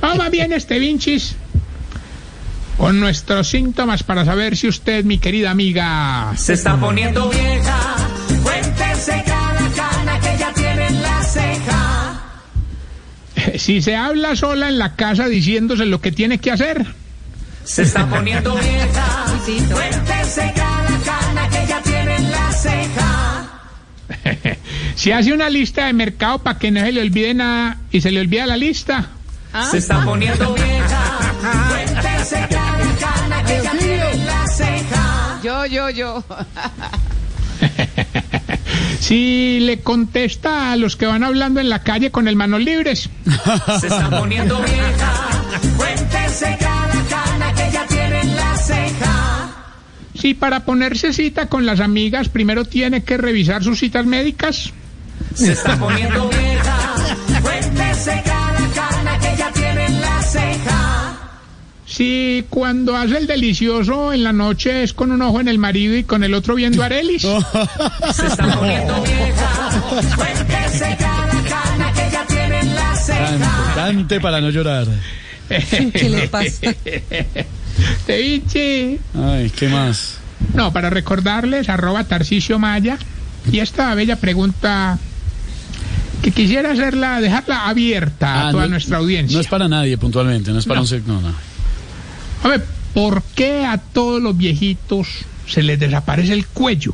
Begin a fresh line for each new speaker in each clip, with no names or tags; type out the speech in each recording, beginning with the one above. Vamos bien, este Vinchis, con nuestros síntomas para saber si usted, mi querida amiga,
Se está poniendo vieja. Cuéntese cada cana que ya tiene en la ceja.
si se habla sola en la casa diciéndose lo que tiene que hacer.
Se está poniendo vieja. Cuéntese cada cana que ya tiene en la ceja.
Si hace una lista de mercado para que no se le olvide nada y se le olvida la lista.
Se está poniendo vieja. Cuéntese cada cana que ya tiene en la ceja.
Yo, yo, yo.
Si le contesta a los que van hablando en la calle con el manos libres.
Se está poniendo vieja. Cuéntese cada cana que ya tiene en la ceja.
Si para ponerse cita con las amigas primero tiene que revisar sus citas médicas.
Se está poniendo vieja. Cuéntese cada cana que ya tiene en la ceja.
Si cuando hace el delicioso en la noche es con un ojo en el marido y con el otro viendo a Arelis.
Se está poniendo vieja. Cuéntese cada cana que ya tiene en la ceja.
Cante para no llorar.
¿Qué le pasa?
Te dije.
Ay, ¿qué más?
este No, para recordarles, arroba Tarcicio Maya. Y esta bella pregunta que quisiera hacerla, dejarla abierta a
Ah,
toda
no-
nuestra audiencia.
No es para nadie puntualmente, no es para un signo, no.
A ver, ¿por qué a todos los viejitos se les desaparece el cuello?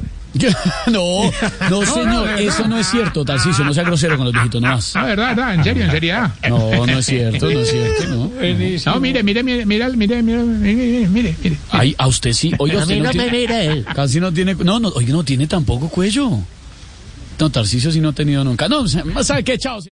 No, no, señor, eso no es cierto, Tarcisio, no sea grosero con los viejitos, no más.
Ah, verdad, verdad, en serio, en seriedad.
No, no es cierto, no es cierto, no.
No, mire, mire, mire, mire, mire, mire, mire, mire, mire.
Ay, a usted sí, oiga, usted no tiene,
mire.
casi no tiene, no, no, oiga, no tiene tampoco cuello. No, Tarcisio sí no ha tenido nunca. No, ¿sabe qué? Chao.